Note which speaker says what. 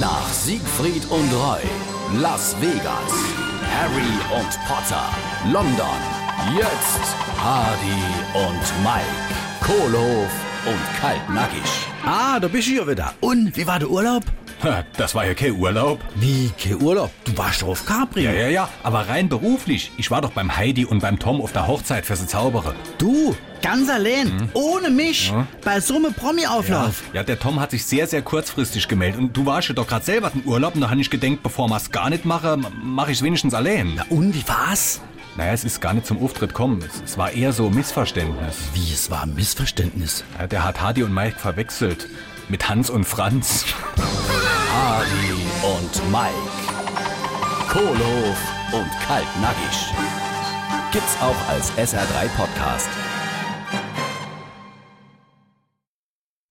Speaker 1: Nach Siegfried und Roy, Las Vegas, Harry und Potter, London, jetzt Hardy und Mike, Kohlehof und Kaltnackig.
Speaker 2: Ah, da bist du ja wieder. Und, wie war der Urlaub?
Speaker 3: Ha, Das war ja kein Urlaub.
Speaker 2: Wie, kein Urlaub? Du warst doch auf Capri.
Speaker 3: Ja, ja, ja, aber rein beruflich. Ich war doch beim Heidi und beim Tom auf der Hochzeit für sie Zauberer.
Speaker 2: Du, ganz allein,
Speaker 1: Mhm.
Speaker 2: ohne mich, bei so einem Promi-Auflauf.
Speaker 3: Ja, der Tom hat sich sehr, sehr kurzfristig gemeldet. Und du warst ja doch gerade selber im Urlaub und da habe ich gedenkt, bevor wir es gar nicht machen, mache ich es wenigstens allein.
Speaker 2: Und, wie war's?
Speaker 3: Naja, es ist gar nicht zum Auftritt gekommen. Es, es war eher so ein Missverständnis.
Speaker 2: Wie, es war ein Missverständnis.
Speaker 3: Ja, der hat Hardy und Mike verwechselt. Mit Hans und Franz.
Speaker 1: Hardy und Mike, Kohlehof und Kaltnackig. Gibt's auch als SR3 Podcast.